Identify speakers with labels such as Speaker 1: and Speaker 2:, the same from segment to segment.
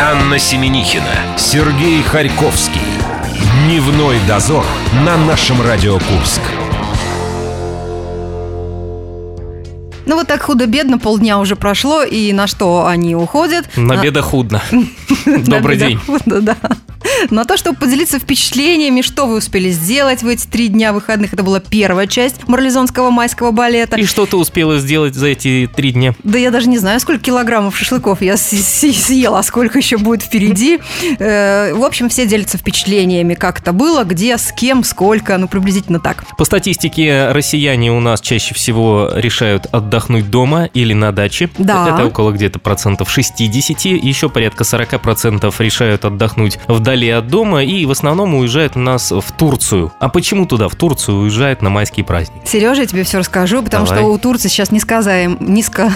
Speaker 1: Анна Семенихина, Сергей Харьковский. Дневной дозор на нашем Радио Курск.
Speaker 2: Ну вот так худо-бедно, полдня уже прошло, и на что они уходят?
Speaker 3: На беда худно. Добрый
Speaker 2: На
Speaker 3: день.
Speaker 2: бедоход, А. да. На то, чтобы поделиться впечатлениями, что вы успели сделать в эти три дня выходных. Это была первая часть марлезонского майского балета.
Speaker 3: И что ты успела сделать за эти три дня?
Speaker 2: Да я даже не знаю, сколько килограммов шашлыков я с- с- съела, а сколько еще будет впереди. Э, В общем, все делятся впечатлениями, как это было, где, с кем, сколько, ну приблизительно так.
Speaker 3: По статистике, россияне у нас чаще всего решают отдохнуть дома или на даче.
Speaker 2: Да.
Speaker 3: Это около где-то процентов 60. Еще порядка 40 процентов решают отдохнуть вдали от дома и в основном уезжают у нас в Турцию. А почему туда? В Турцию уезжают на майский праздник.
Speaker 2: Сережа, я тебе все расскажу, потому
Speaker 3: Давай.
Speaker 2: что у Турции сейчас низкозаем, низко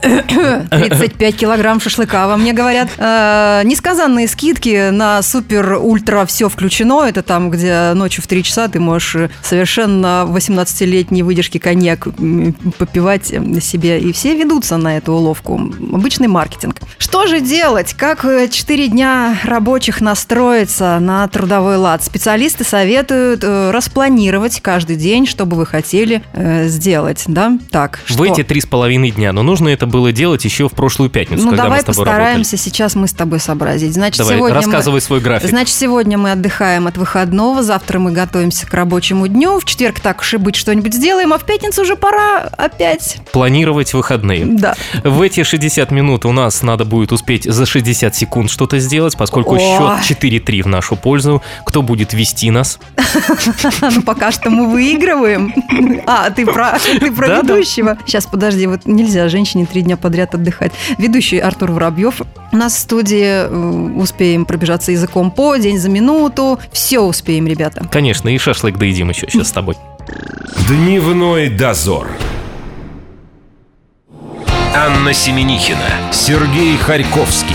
Speaker 2: 35 килограмм шашлыка, во мне говорят. Э, Несказанные скидки на супер-ультра все включено. Это там, где ночью в 3 часа ты можешь э, совершенно 18-летней выдержки коньяк м, попивать э, себе. И все ведутся на эту уловку. Обычный маркетинг. Что же делать? Как 4 дня рабочих настроиться на трудовой лад? Специалисты советуют э, распланировать каждый день, что бы вы хотели э, сделать. Да? Так,
Speaker 3: В эти три с половиной дня. Но нужно это было делать еще в прошлую пятницу,
Speaker 2: ну
Speaker 3: когда
Speaker 2: давай
Speaker 3: мы с тобой
Speaker 2: постараемся сейчас мы с тобой сообразить. Значит,
Speaker 3: работали. Давай,
Speaker 2: сегодня
Speaker 3: рассказывай свой
Speaker 2: мы...
Speaker 3: график.
Speaker 2: Значит, сегодня мы отдыхаем от выходного, завтра мы готовимся к рабочему дню, в четверг так уж и быть что-нибудь сделаем, а в пятницу уже пора опять.
Speaker 3: Планировать выходные.
Speaker 2: Да.
Speaker 3: В эти 60 минут у нас надо будет успеть за 60 секунд что-то сделать, поскольку
Speaker 2: О.
Speaker 3: счет 4-3 в нашу пользу. Кто будет вести нас?
Speaker 2: Ну пока что мы выигрываем. А, ты про, ты про
Speaker 3: Да, да.
Speaker 2: ведущего. Сейчас, подожди, вот нельзя женщине три дня подряд отдыхать. Ведущий Артур Воробьев. У нас в студии э, успеем пробежаться языком по день за минуту. Все успеем, ребята.
Speaker 3: Конечно, и шашлык доедим еще сейчас с тобой.
Speaker 1: Дневной дозор. Анна Семенихина, Сергей Харьковский.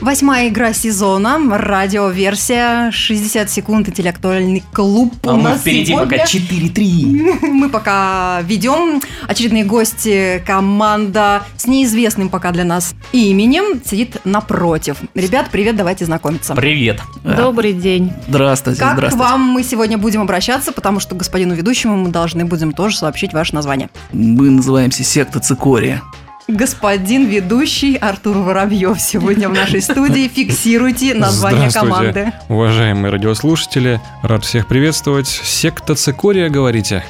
Speaker 2: Восьмая игра сезона, радиоверсия, 60 секунд, интеллектуальный клуб
Speaker 3: А
Speaker 2: у А нас сегодня.
Speaker 3: 4-3.
Speaker 2: Мы пока ведем очередные гости, команда с неизвестным пока для нас именем сидит напротив. Ребят, привет, давайте знакомиться.
Speaker 3: Привет.
Speaker 4: Добрый день.
Speaker 3: Здравствуйте,
Speaker 2: Как к вам мы сегодня будем обращаться, потому что господину ведущему мы должны будем тоже сообщить ваше название.
Speaker 5: Мы называемся секта Цикория.
Speaker 2: Господин ведущий Артур Воробьев сегодня в нашей студии. Фиксируйте название
Speaker 6: Здравствуйте,
Speaker 2: команды.
Speaker 6: Уважаемые радиослушатели, рад всех приветствовать. Секта Цикория, говорите?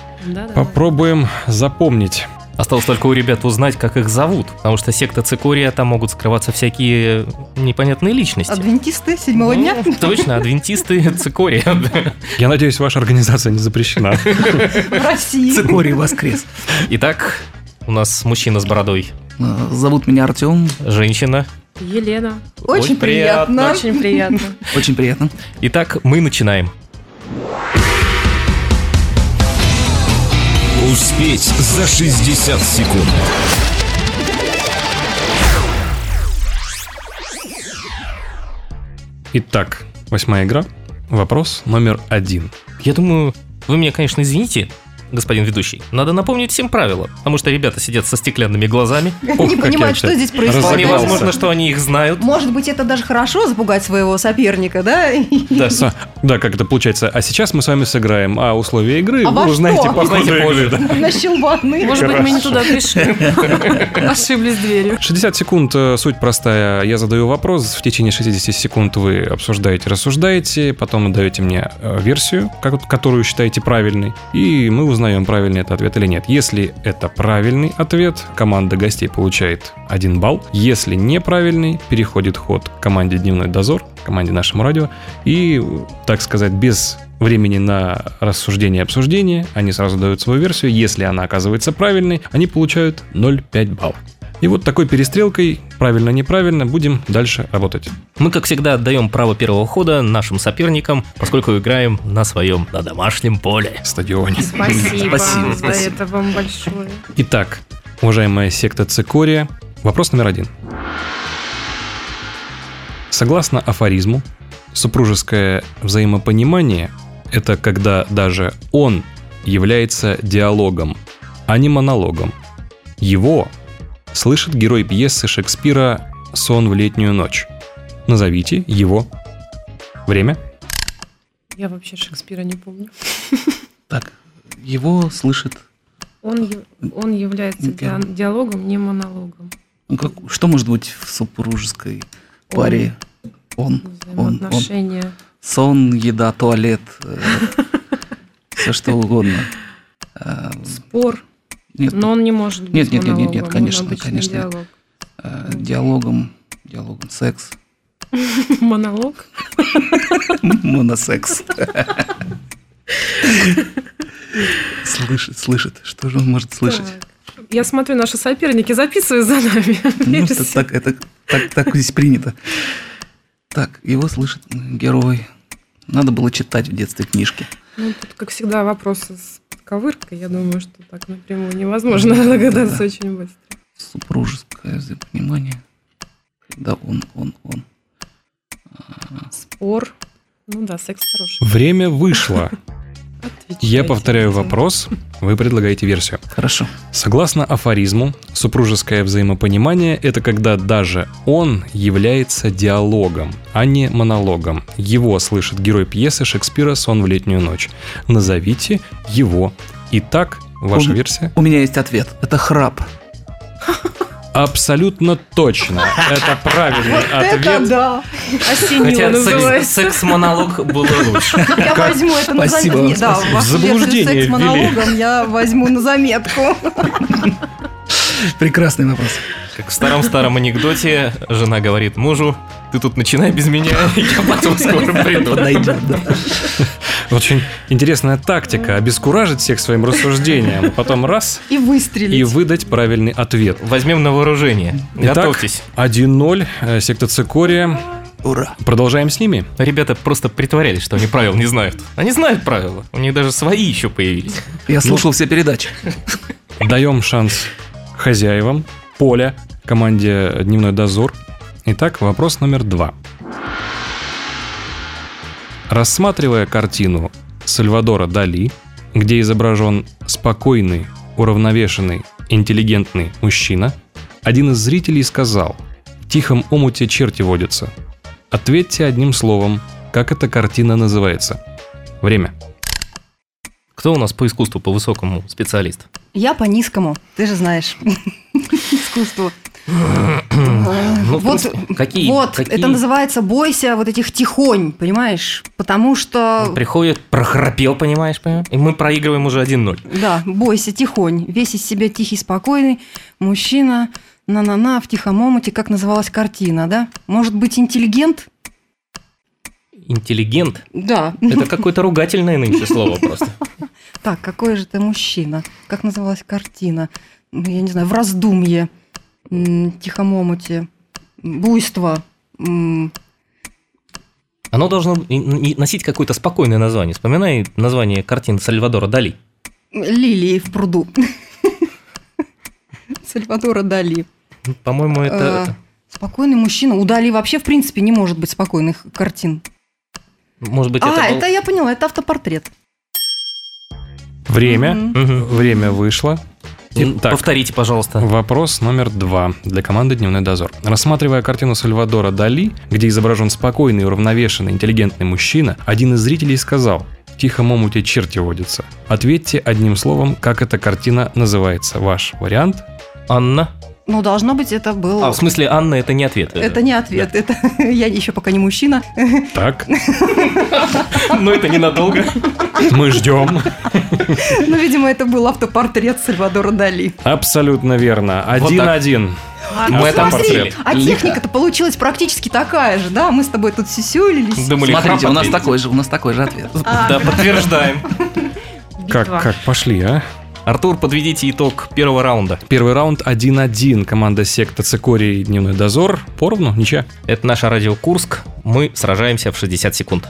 Speaker 6: Попробуем запомнить.
Speaker 3: Осталось только у ребят узнать, как их зовут, потому что секта Цикория, там могут скрываться всякие непонятные личности.
Speaker 2: Адвентисты седьмого дня.
Speaker 3: Ну, Точно, адвентисты Цикория.
Speaker 6: Я надеюсь, ваша организация не запрещена.
Speaker 2: в России.
Speaker 5: Цикорий воскрес.
Speaker 3: Итак, у нас мужчина с бородой,
Speaker 5: Э, Зовут меня Артем.
Speaker 3: женщина.
Speaker 4: Елена.
Speaker 2: Очень
Speaker 3: Очень приятно.
Speaker 2: приятно.
Speaker 4: Очень приятно.
Speaker 5: Очень приятно.
Speaker 3: Итак, мы начинаем.
Speaker 1: Успеть за 60 секунд.
Speaker 6: Итак, восьмая игра. Вопрос номер один.
Speaker 3: Я думаю, вы меня, конечно, извините, господин ведущий. Надо напомнить всем правила, потому что ребята сидят со стеклянными глазами.
Speaker 6: Ох,
Speaker 2: Не
Speaker 6: как я
Speaker 2: понимают,
Speaker 6: вообще
Speaker 2: что здесь происходит.
Speaker 6: разогнался.
Speaker 3: Невозможно, что они их знают.
Speaker 2: Может быть, это даже хорошо запугать своего соперника, да?
Speaker 3: Да,
Speaker 6: Са- Да, как это получается. А сейчас мы с вами сыграем. А условия игры
Speaker 2: А во
Speaker 6: вы узнаете
Speaker 2: что?
Speaker 6: по ходу
Speaker 3: Узнаете позже,
Speaker 6: игры, да.
Speaker 2: На щелбаны.
Speaker 4: Может быть, мы не туда пришли. Ошиблись дверью.
Speaker 6: 60 секунд, э, суть простая. Я задаю вопрос, в течение 60 секунд вы обсуждаете, рассуждаете, потом даете мне э, версию, как- которую считаете правильной, и мы узнаем, правильный это ответ или нет. Если это правильный ответ, команда гостей получает 1 балл. Если неправильный, переходит ход к команде «Дневной дозор», команде «Нашему радио», и, так сказать, без времени на рассуждение и обсуждение, они сразу дают свою версию. Если она оказывается правильной, они получают 0,5 балла. И вот такой перестрелкой, правильно-неправильно, будем дальше работать.
Speaker 3: Мы, как всегда, отдаем право первого хода нашим соперникам, поскольку играем на своем, на домашнем поле.
Speaker 6: Стадионе.
Speaker 4: Спасибо.
Speaker 5: Спасибо,
Speaker 4: За
Speaker 5: спасибо.
Speaker 4: это вам большое.
Speaker 6: Итак, уважаемая секта Цикория, вопрос номер один. Согласно афоризму, супружеское взаимопонимание – это когда даже он является диалогом, а не монологом. Его слышит герой пьесы Шекспира «Сон в летнюю ночь». Назовите его. Время.
Speaker 4: Я вообще Шекспира не помню.
Speaker 5: Так, его слышит...
Speaker 4: Он, я- он является
Speaker 5: Мгм.
Speaker 4: диа- диалогом, не монологом.
Speaker 5: ну, как- что может быть в супружеской паре? Он.
Speaker 4: Взаимоотношения.
Speaker 5: Сон, еда, туалет, все что угодно. Э,
Speaker 4: Спор.
Speaker 5: Нет,
Speaker 4: Но он не может быть
Speaker 5: Нет, нет, нет, нет, нет,
Speaker 4: монологом, он
Speaker 5: конечно,
Speaker 4: обычный
Speaker 5: конечно.
Speaker 4: диалог.
Speaker 5: э, диалогом, диалогом секс,
Speaker 4: Монолог?
Speaker 5: моносекс. Слышит, слышит. Что же он может слышать?
Speaker 4: Так. Я смотрю, наши соперники записывают за нами.
Speaker 5: Ну,
Speaker 4: версию.
Speaker 5: это так, это так, так здесь принято. Так, его слышит герой. Надо было читать в детстве книжки.
Speaker 4: Ну, тут, как всегда, вопросы с ковыркой. Я думаю, что так напрямую невозможно догадаться очень быстро.
Speaker 5: Супружеское взаимопонимание. Да, он, он, он.
Speaker 4: Спор. Ну да, секс хороший.
Speaker 6: Время вышло.
Speaker 4: Отвечайте.
Speaker 6: Я повторяю вопрос, вы предлагаете версию.
Speaker 5: Хорошо.
Speaker 6: Согласно афоризму, супружеское взаимопонимание – это когда даже он является диалогом, а не монологом. Его слышит герой пьесы Шекспира «Сон в летнюю ночь». Назовите его. Итак, ваша
Speaker 5: Он-
Speaker 6: версия?
Speaker 5: У меня есть ответ. Это храп.
Speaker 6: Абсолютно точно. Это правильный
Speaker 2: Это
Speaker 6: ответ.
Speaker 2: да.
Speaker 4: Осенило
Speaker 3: Хотя секс-
Speaker 4: называется.
Speaker 3: секс-монолог было лучше.
Speaker 2: Ну, Я возьму это на
Speaker 5: Спасибо вам,
Speaker 2: заметку. Да,
Speaker 5: спасибо.
Speaker 6: В заблуждение
Speaker 2: секс монологом я возьму на заметку.
Speaker 5: Прекрасный вопрос.
Speaker 3: Как в старом-старом анекдоте, жена говорит мужу, ты тут начинай без меня, я потом скоро приду.
Speaker 5: Подойдет, да.
Speaker 6: Очень интересная тактика – обескуражить всех своим рассуждением, а потом раз
Speaker 2: И выстрелить.
Speaker 6: и выдать правильный ответ.
Speaker 3: Возьмем на вооружение.
Speaker 6: Итак,
Speaker 3: Готовьтесь.
Speaker 6: 1-0, э, секта Цикория.
Speaker 5: Ура.
Speaker 6: Продолжаем с ними.
Speaker 3: Ребята просто притворялись, что они правил не знают. Они знают правила. У них даже свои еще появились.
Speaker 5: Я слушал все передачи.
Speaker 6: Даем шанс хозяевам поля, команде «Дневной дозор». Итак, вопрос номер два. Рассматривая картину Сальвадора Дали, где изображен спокойный, уравновешенный, интеллигентный мужчина, один из зрителей сказал «В тихом омуте черти водятся». Ответьте одним словом, как эта картина называется. Время.
Speaker 3: Кто у нас по искусству, по высокому специалист?
Speaker 2: Я по низкому, ты же знаешь. Искусство.
Speaker 3: Ну, в
Speaker 2: Вот,
Speaker 3: принципе, какие,
Speaker 2: вот,
Speaker 3: какие
Speaker 2: это называется «бойся вот этих тихонь», понимаешь? Потому что,
Speaker 3: Он приходит, прохрапел, понимаешь, понимаешь? И мы проигрываем уже 1-0.
Speaker 2: да, бойся тихонь, весь из себя тихий, спокойный, мужчина, на-на-на, в тихом омуте, как называлась картина, да? Может быть, интеллигент?
Speaker 3: Интеллигент.
Speaker 2: Да.
Speaker 3: Это какое-то ругательное нынче слово просто.
Speaker 2: Так, какой же ты мужчина? Как называлась картина? Ну, Я не знаю, в раздумье, м, тихом омуте, буйство, м,
Speaker 3: Оно должно и- и носить какое-то спокойное название. Вспоминай название картин Сальвадора Дали.
Speaker 2: Лилии в пруду. Сальвадора Дали.
Speaker 3: Ну, По-моему, это...
Speaker 2: Э,
Speaker 3: это-
Speaker 2: Спокойный мужчина. У Дали вообще, в принципе, не может быть спокойных картин.
Speaker 3: может быть,
Speaker 2: А,
Speaker 3: это... был-
Speaker 2: это я поняла, это автопортрет.
Speaker 6: Время.
Speaker 2: Мгм.
Speaker 3: Мгм.
Speaker 6: Время вышло. Итак.
Speaker 3: Повторите, пожалуйста.
Speaker 6: Вопрос номер два для команды «Дневной дозор». Рассматривая картину Сальвадора Дали, где изображен спокойный, уравновешенный, интеллигентный мужчина, один из зрителей сказал «В тихом омуте черти водятся». Ответьте одним словом, как эта картина называется. Ваш вариант?
Speaker 3: Анна.
Speaker 2: Ну, должно быть, это был...
Speaker 3: А, в смысле, Анна это не ответ.
Speaker 2: Это не ответ, это я еще пока не мужчина.
Speaker 6: Так,
Speaker 3: Но это ненадолго.
Speaker 6: мы ждем.
Speaker 2: Ну, видимо, это был автопортрет Сальвадора Дали.
Speaker 6: Абсолютно верно. Один-один.
Speaker 3: Мы там
Speaker 6: там портрет.
Speaker 3: портрет.
Speaker 2: А
Speaker 5: Лика.
Speaker 2: техника-то получилась практически такая же, да? Мы с тобой тут сисюлились.
Speaker 3: Думали,
Speaker 5: Смотрите, у нас
Speaker 3: храп
Speaker 5: такой же, у нас такой же ответ.
Speaker 3: ответит. Да, подтверждаем.
Speaker 6: Как, как пошли, а?
Speaker 3: Артур, подведите итог первого раунда.
Speaker 6: Первый раунд 1-1. Команда секта Цикорий и Дневной дозор. Поровну? Ничья.
Speaker 3: Это наша радио Курск. Мы сражаемся в 60 секунд.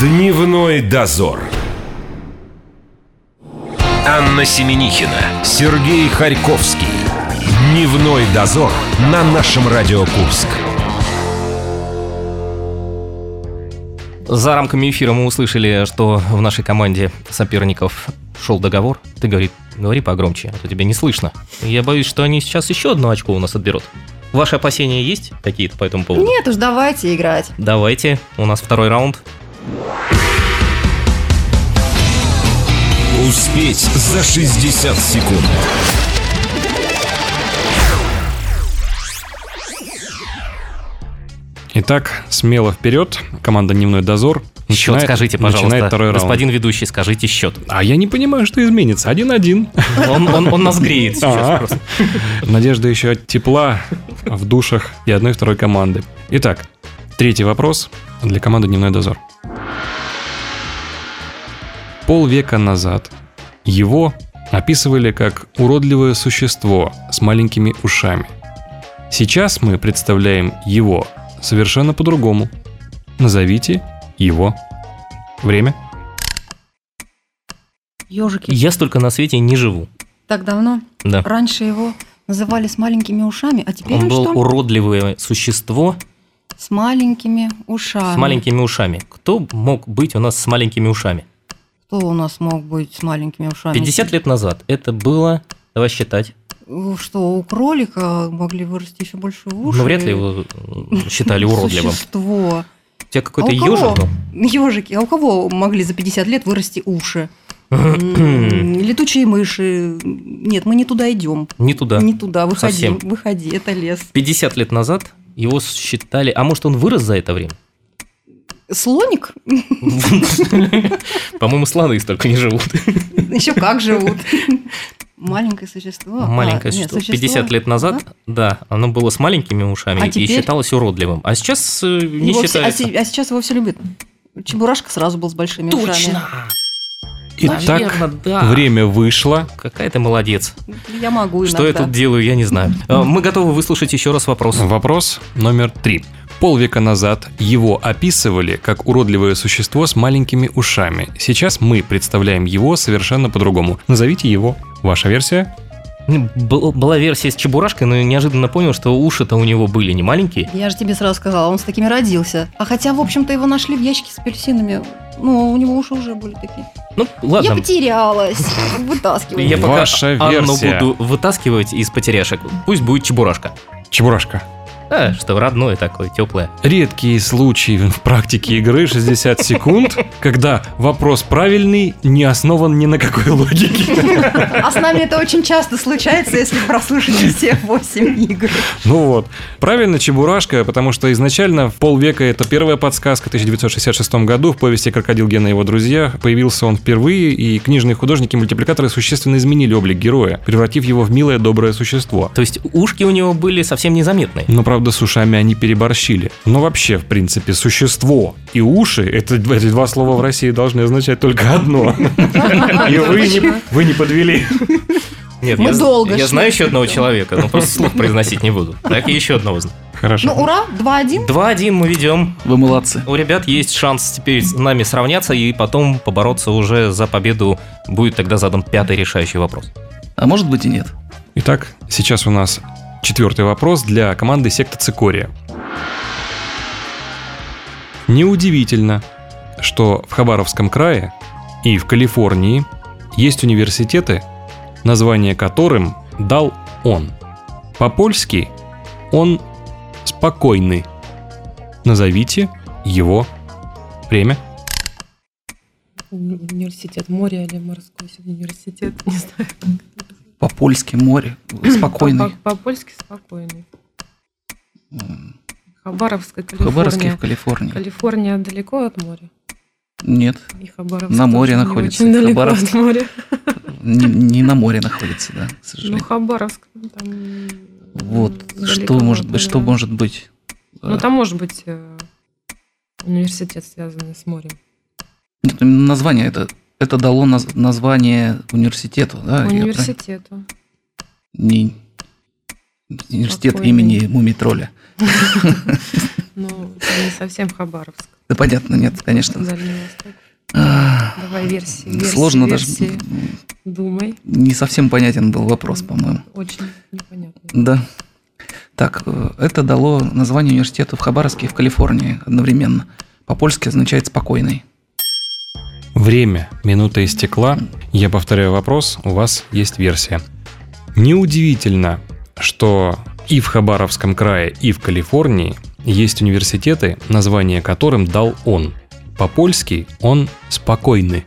Speaker 1: Дневной дозор. Анна Семенихина, Сергей Харьковский. Дневной дозор на нашем Радио Курск.
Speaker 3: За рамками эфира мы услышали, что в нашей команде соперников шел договор, ты говорит, говори погромче, а то тебя не слышно. Я боюсь, что они сейчас еще одно очко у нас отберут. Ваши опасения есть какие-то по этому поводу?
Speaker 2: Нет уж, давайте играть.
Speaker 3: Давайте, у нас второй раунд.
Speaker 1: Успеть за 60 секунд.
Speaker 6: Итак, смело вперед. Команда «Дневной дозор»
Speaker 3: Счет
Speaker 6: начинает,
Speaker 3: скажите, пожалуйста.
Speaker 6: начинает второй раунд.
Speaker 3: Господин ведущий, скажите счет.
Speaker 6: А я не понимаю, что изменится. Один-один.
Speaker 3: Он, он- он нас греет
Speaker 6: Ага.
Speaker 3: сейчас просто.
Speaker 6: Надежда еще от тепла в душах и одной и второй команды. Итак, третий вопрос для команды «Дневной дозор». Полвека назад его описывали как уродливое существо с маленькими ушами. Сейчас мы представляем его совершенно по-другому. Назовите его. Время.
Speaker 2: Ежики.
Speaker 3: Я столько на свете не живу.
Speaker 2: Так давно.
Speaker 3: Да.
Speaker 2: Раньше его называли с маленькими ушами, а теперь
Speaker 3: Он
Speaker 2: он
Speaker 3: был
Speaker 2: что?
Speaker 3: уродливое существо
Speaker 2: С маленькими ушами.
Speaker 3: с маленькими ушами. Кто мог быть у нас с маленькими ушами?
Speaker 2: Кто у нас мог быть с маленькими ушами?
Speaker 3: 50 лет назад это было... Давай считать.
Speaker 2: У- Э, Что, у кролика могли вырасти еще больше ушей?
Speaker 3: Ну, вряд ли его э, считали уродливым.
Speaker 2: Существо.
Speaker 3: У тебя какой-то
Speaker 2: А у кого?
Speaker 3: ежик был?
Speaker 2: Ежики. А у кого могли за 50 лет вырасти уши? М, Летучие мыши. Нет, мы не туда идем.
Speaker 3: Не туда.
Speaker 2: Не туда. Выходи,
Speaker 3: Совсем.
Speaker 2: выходи. Это лес.
Speaker 3: 50 лет назад его считали... А может, он вырос за это время?
Speaker 2: Слоник?
Speaker 3: По-моему, слоны столько не живут.
Speaker 2: Еще как живут. Маленькое существо.
Speaker 3: Ну, Маленькое
Speaker 2: А, нет,
Speaker 3: существо. 50 лет назад, да, оно было с маленькими ушами
Speaker 2: А
Speaker 3: и
Speaker 2: теперь?
Speaker 3: считалось уродливым. А сейчас э, не
Speaker 2: Его все- а,
Speaker 3: считается.
Speaker 2: се- а сейчас его все любят. Чебурашка сразу был с большими ушами.
Speaker 6: Итак,
Speaker 3: Наверно, да.
Speaker 6: время вышло.
Speaker 3: Какая ты молодец.
Speaker 2: Я могу иногда.
Speaker 3: Что я тут делаю, я не знаю. Э, Мы готовы выслушать еще раз вопрос.
Speaker 6: Вопрос номер три. Полвека назад его описывали как уродливое существо с маленькими ушами. Сейчас мы представляем его совершенно по-другому. Назовите его. Ваша версия?
Speaker 3: Б- Была версия с Чебурашкой, но я неожиданно понял, что уши-то у него были не маленькие.
Speaker 2: Я же тебе сразу сказала, он с такими родился. А хотя, в общем-то, его нашли в ящике с апельсинами. Ну, у него уши уже были такие.
Speaker 3: Ну,
Speaker 2: Я
Speaker 3: ладно.
Speaker 2: потерялась. Вытаскивай.
Speaker 3: Я пока
Speaker 6: Ваша
Speaker 3: Анну
Speaker 6: версия.
Speaker 3: буду вытаскивать из потеряшек. Пусть будет Чебурашка.
Speaker 6: Чебурашка.
Speaker 3: А, что родное такое, теплое.
Speaker 6: Редкие случаи в практике игры 60 секунд, когда вопрос правильный не основан ни на какой логике.
Speaker 2: А с нами это очень часто случается, если прослушать все восемь игр.
Speaker 6: Ну вот. Правильно, Чебурашка, потому что изначально в полвека это первая подсказка. В 1966 году в повести «Крокодил Гена и его друзья» появился он впервые, и книжные художники-мультипликаторы существенно изменили облик героя, превратив его в милое доброе существо.
Speaker 3: То есть ушки у него были совсем незаметные.
Speaker 6: Но, правда, с ушами они переборщили. Но вообще, в принципе, существо и уши, это, д- эти два слова в России должны означать только одно. И вы не, вы не подвели.
Speaker 3: Нет,
Speaker 2: Мы
Speaker 3: я, з-
Speaker 2: долго
Speaker 3: я
Speaker 2: шли.
Speaker 3: знаю еще одного человека, но просто слух произносить не буду. Так я еще одного знаю.
Speaker 6: Хорошо.
Speaker 2: Ну, ура, 2-1.
Speaker 3: 2-1 мы ведем.
Speaker 5: Вы молодцы.
Speaker 3: У ребят есть шанс теперь с нами сравняться и потом побороться уже за победу. Будет тогда задан пятый решающий вопрос.
Speaker 5: А может быть и нет.
Speaker 6: Итак, сейчас у нас четвертый вопрос для команды секта Цикория. Неудивительно, что в Хабаровском крае и в Калифорнии есть университеты, название которым дал он. По-польски он спокойный. Назовите его время.
Speaker 4: Университет моря или морской университет, не знаю.
Speaker 5: По-польски море. Спокойный.
Speaker 4: По- По-польски спокойный.
Speaker 5: М,
Speaker 4: Хабаровская,
Speaker 5: В Хабаровске, в
Speaker 4: Калифорния.
Speaker 5: Калифорнии.
Speaker 4: Калифорния далеко от моря.
Speaker 5: Нет,
Speaker 4: И Хабаровск
Speaker 5: На море
Speaker 4: тоже не
Speaker 5: находится,
Speaker 4: Очень
Speaker 5: и
Speaker 4: далеко
Speaker 5: Хабаровск.
Speaker 4: от моря.
Speaker 5: не, не на море находится, да, к
Speaker 4: Ну,
Speaker 5: сожалению.
Speaker 4: Хабаровск ну, там...
Speaker 5: вот,
Speaker 4: далеко
Speaker 5: что может
Speaker 4: от
Speaker 5: быть, что
Speaker 4: моря.
Speaker 5: может быть?
Speaker 4: Ну, там может быть э, университет, связанный с морем.
Speaker 5: Нет, именно название это, это дало наз- название университету, да? А, я правильно?
Speaker 4: Университету.
Speaker 5: Не- университет
Speaker 4: Спокойный.
Speaker 5: имени Мумитроля.
Speaker 4: Ну, не совсем Хабаровск.
Speaker 5: Да понятно, нет, конечно.
Speaker 4: Дальний Восток.
Speaker 5: А,
Speaker 4: Давай версии. версии,
Speaker 5: Сложно даже.
Speaker 4: версии. Думай.
Speaker 5: Не совсем понятен был вопрос, по-моему.
Speaker 4: Очень непонятно.
Speaker 5: Да. Так, э, это дало название университету в Хабаровске и в Калифорнии одновременно. По-польски означает «спокойный».
Speaker 6: Время. Минута истекла. Я повторяю вопрос. У вас есть версия. Неудивительно, что и в Хабаровском крае, и в Калифорнии есть университеты, название которым дал он. По-польски он спокойный.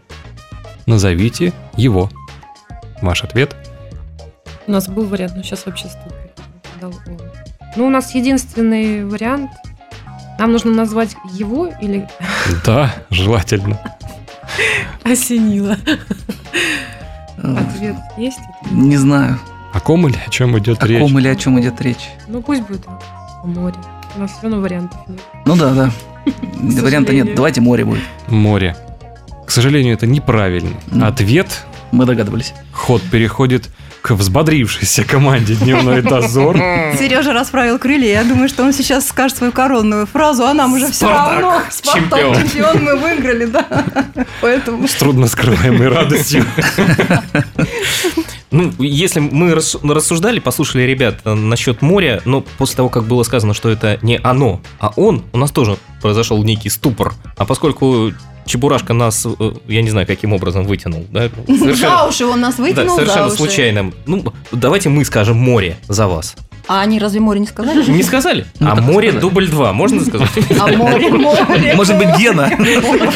Speaker 6: Назовите его. Ваш ответ?
Speaker 4: У нас был вариант, но сейчас вообще ступор. Дал он. Ну, у нас единственный вариант. Нам нужно назвать его или
Speaker 6: Да, желательно.
Speaker 4: осенило.
Speaker 5: Э,
Speaker 4: Ответ есть?
Speaker 5: Не знаю,
Speaker 6: О ком или о чем идет
Speaker 5: о
Speaker 6: речь?
Speaker 5: ком или о чем идет речь.
Speaker 4: Ну, пусть будет он. о море. У нас все равно вариантов нет.
Speaker 5: Ну да, да. Варианта нет.
Speaker 4: сожалению.
Speaker 5: Давайте море будет.
Speaker 6: Море. К сожалению, это неправильный
Speaker 5: Мгм.
Speaker 6: ответ.
Speaker 5: Мы догадывались.
Speaker 6: Ход переходит к взбодрившейся команде «Дневной дозор».
Speaker 2: Сережа расправил крылья, я думаю, что он сейчас скажет свою коронную фразу, а нам уже все равно. Спартак
Speaker 6: чемпион.
Speaker 2: чемпион, мы выиграли, да. Поэтому
Speaker 6: С трудно скрываемой радостью.
Speaker 3: Ну, если мы рас- рассуждали, послушали ребят э, насчет моря, но после того, как было сказано, что это не оно, а он, у нас тоже произошел некий ступор. А поскольку Чебурашка нас, э, я не знаю, каким образом вытянул, да?
Speaker 7: За уши он нас
Speaker 3: да,
Speaker 7: вытянул, за
Speaker 3: совершенно
Speaker 7: уши.
Speaker 3: случайным. Ну, давайте мы скажем море за вас.
Speaker 7: А они разве море не сказали?
Speaker 3: Не сказали?
Speaker 5: Ну,
Speaker 3: а
Speaker 5: так и
Speaker 3: море
Speaker 5: сказали.
Speaker 3: дубль 2, можно сказать?
Speaker 7: А море, море.
Speaker 5: Может быть, Гена?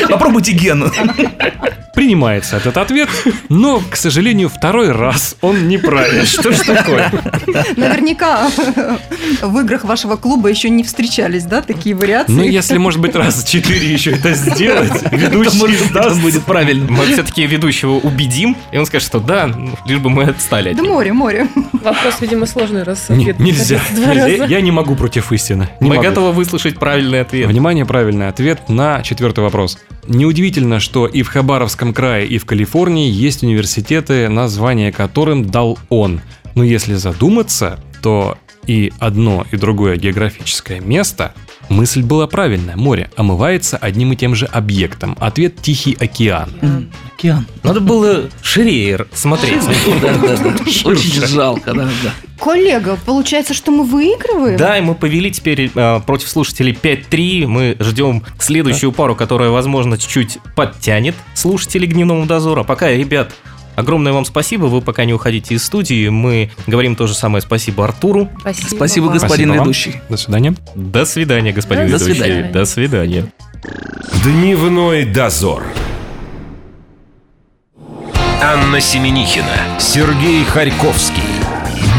Speaker 5: Попробуйте Гену.
Speaker 6: Принимается этот ответ, но, к сожалению, второй раз он неправильный. Что ж такое?
Speaker 2: наверняка в играх вашего клуба еще не встречались, да, такие вариации.
Speaker 6: Ну, если, может быть, раз четыре еще это сделать, ведущий сдаст.
Speaker 5: будет правильно.
Speaker 3: Мы все-таки ведущего убедим, и он скажет, что да, ну, лишь бы мы отстали от
Speaker 2: Да
Speaker 3: него.
Speaker 2: море, море.
Speaker 4: Вопрос, видимо, сложный, раз
Speaker 6: Не-
Speaker 4: ответ
Speaker 6: Нельзя.
Speaker 4: приходится два
Speaker 6: Нельзя.
Speaker 4: раза.
Speaker 6: Я не могу против истины. Не
Speaker 3: Мы
Speaker 6: могу.
Speaker 3: готовы выслушать правильный ответ.
Speaker 6: Внимание, правильный ответ на четвертый вопрос. Неудивительно, что и в Хабаровском крае, и в Калифорнии есть университеты, название которым дал он. Но если задуматься, то и одно, и другое географическое место, мысль была правильная. Море омывается одним и тем же объектом. Ответ – Тихий океан.
Speaker 5: Океан.
Speaker 3: Надо было шире р- смотреть.
Speaker 5: Да, да, да. Очень жалко, да, да.
Speaker 7: Коллега, получается, что мы выигрываем?
Speaker 3: Да, и мы повели теперь э, против слушателей 5-3. Мы ждем следующую пару, которая, возможно, чуть-чуть подтянет слушателей к дневному дозору. А пока, ребят, огромное вам спасибо. Вы пока не уходите из студии. Мы говорим то же самое спасибо Артуру.
Speaker 5: Спасибо,
Speaker 4: вам.
Speaker 5: господин
Speaker 6: Спасибо вам.
Speaker 5: ведущий.
Speaker 6: До свидания.
Speaker 3: До свидания, господин
Speaker 5: До
Speaker 3: ведущий.
Speaker 5: свидания.
Speaker 3: До свидания.
Speaker 1: Дневной дозор. Анна Семенихина, Сергей Харьковский.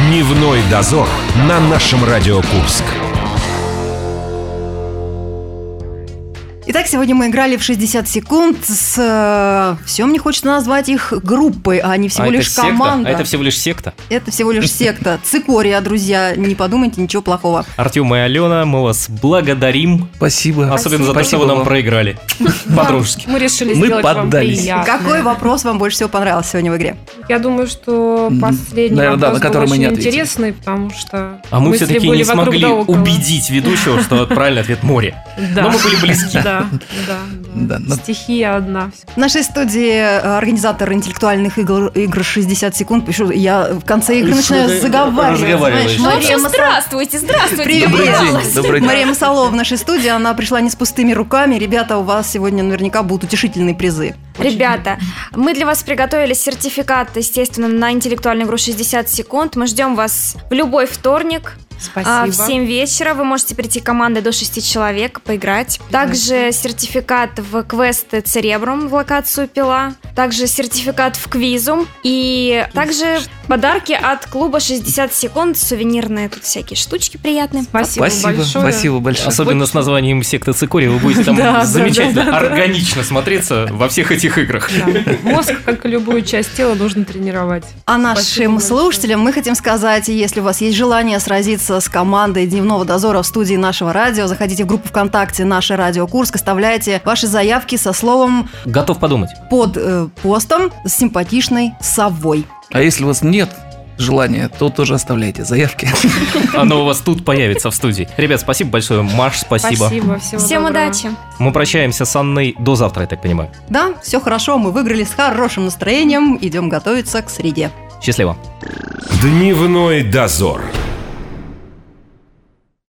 Speaker 1: Дневной дозор на нашем Радио Курск.
Speaker 2: Итак, сегодня мы играли в 60 секунд с... все мне хочется назвать их группой, а не всего
Speaker 3: а
Speaker 2: лишь
Speaker 3: это секта?
Speaker 2: команда.
Speaker 3: А это всего лишь секта.
Speaker 2: Это всего лишь секта. Цикория, друзья, не подумайте ничего плохого.
Speaker 3: Артем и Алена, мы вас благодарим.
Speaker 5: Спасибо.
Speaker 3: Особенно за то, что
Speaker 5: Спасибо
Speaker 3: вы нам
Speaker 5: вам.
Speaker 3: проиграли. По-дружески.
Speaker 4: Мы решили
Speaker 5: Мы
Speaker 4: сделать вам
Speaker 5: поддались.
Speaker 4: приятное.
Speaker 2: Какой вопрос вам больше всего понравился сегодня в игре?
Speaker 4: Я думаю, что
Speaker 5: Мгм.
Speaker 4: последний
Speaker 5: Наверное, да,
Speaker 4: вопрос
Speaker 5: на который
Speaker 4: был
Speaker 5: мы не
Speaker 4: очень
Speaker 5: ответили.
Speaker 4: интересный, потому что
Speaker 3: А мы
Speaker 4: мысли
Speaker 3: все-таки
Speaker 4: были
Speaker 3: не
Speaker 4: вокруг
Speaker 3: смогли
Speaker 4: да около.
Speaker 3: убедить ведущего, что правильный ответ море.
Speaker 4: Да.
Speaker 3: Но мы были близки.
Speaker 4: Да, да,
Speaker 5: Да, ну.
Speaker 4: да.
Speaker 5: но-
Speaker 4: Стихия одна. всё.
Speaker 2: В нашей студии э, организатор интеллектуальных игр, игр 60 секунд. Еще я в конце игры начинаю заговаривать.
Speaker 5: разговариваешь,
Speaker 2: знаешь, Мария Мас-
Speaker 8: здравствуйте, здравствуйте.
Speaker 5: Добрый
Speaker 2: Привет.
Speaker 5: день. Добрый
Speaker 2: Мария
Speaker 5: день.
Speaker 2: Масалова в нашей студии, она пришла не с пустыми руками. Ребята, у вас сегодня наверняка будут утешительные призы.
Speaker 8: Ребята, мы для вас приготовили сертификат, естественно, на интеллектуальную игру 60 секунд. Мы ждем вас в любой вторник а,
Speaker 4: Спасибо.
Speaker 8: в 7 вечера. Вы можете прийти командой до 6 человек, поиграть. Также сертификат в квесты Церебрум в локацию Пила. Также сертификат в Квизум. И также подарки от клуба 60 секунд, сувенирные тут всякие штуки приятные.
Speaker 4: Спасибо,
Speaker 5: Спасибо,
Speaker 4: большое.
Speaker 5: спасибо большое.
Speaker 3: Особенно с названием секта Цикория вы будете там
Speaker 4: Да, да,
Speaker 3: замечательно,
Speaker 4: да, да, да.
Speaker 3: органично смотреться во всех этих играх.
Speaker 4: Да. Мозг, как и любую часть тела, нужно тренировать.
Speaker 2: А нашим
Speaker 4: Спасибо большое.
Speaker 2: слушателям мы хотим сказать, если у вас есть желание сразиться с командой Дневного дозора в студии нашего радио, заходите в группу ВКонтакте «Наше радио Курск», оставляйте ваши заявки со словом
Speaker 3: Готов подумать.
Speaker 2: под э, постом с симпатичной совой.
Speaker 5: А если у вас нет желания, то тоже оставляйте заявки.
Speaker 3: Оно у вас тут появится в студии. Ребят, спасибо большое. Маш, спасибо.
Speaker 4: Спасибо. Всего
Speaker 8: Всем
Speaker 4: доброго.
Speaker 8: удачи!
Speaker 3: Мы прощаемся с Анной до завтра, я так понимаю.
Speaker 2: Да, все хорошо, мы выиграли с хорошим настроением, идем готовиться к среде.
Speaker 3: Счастливо.
Speaker 1: Дневной дозор.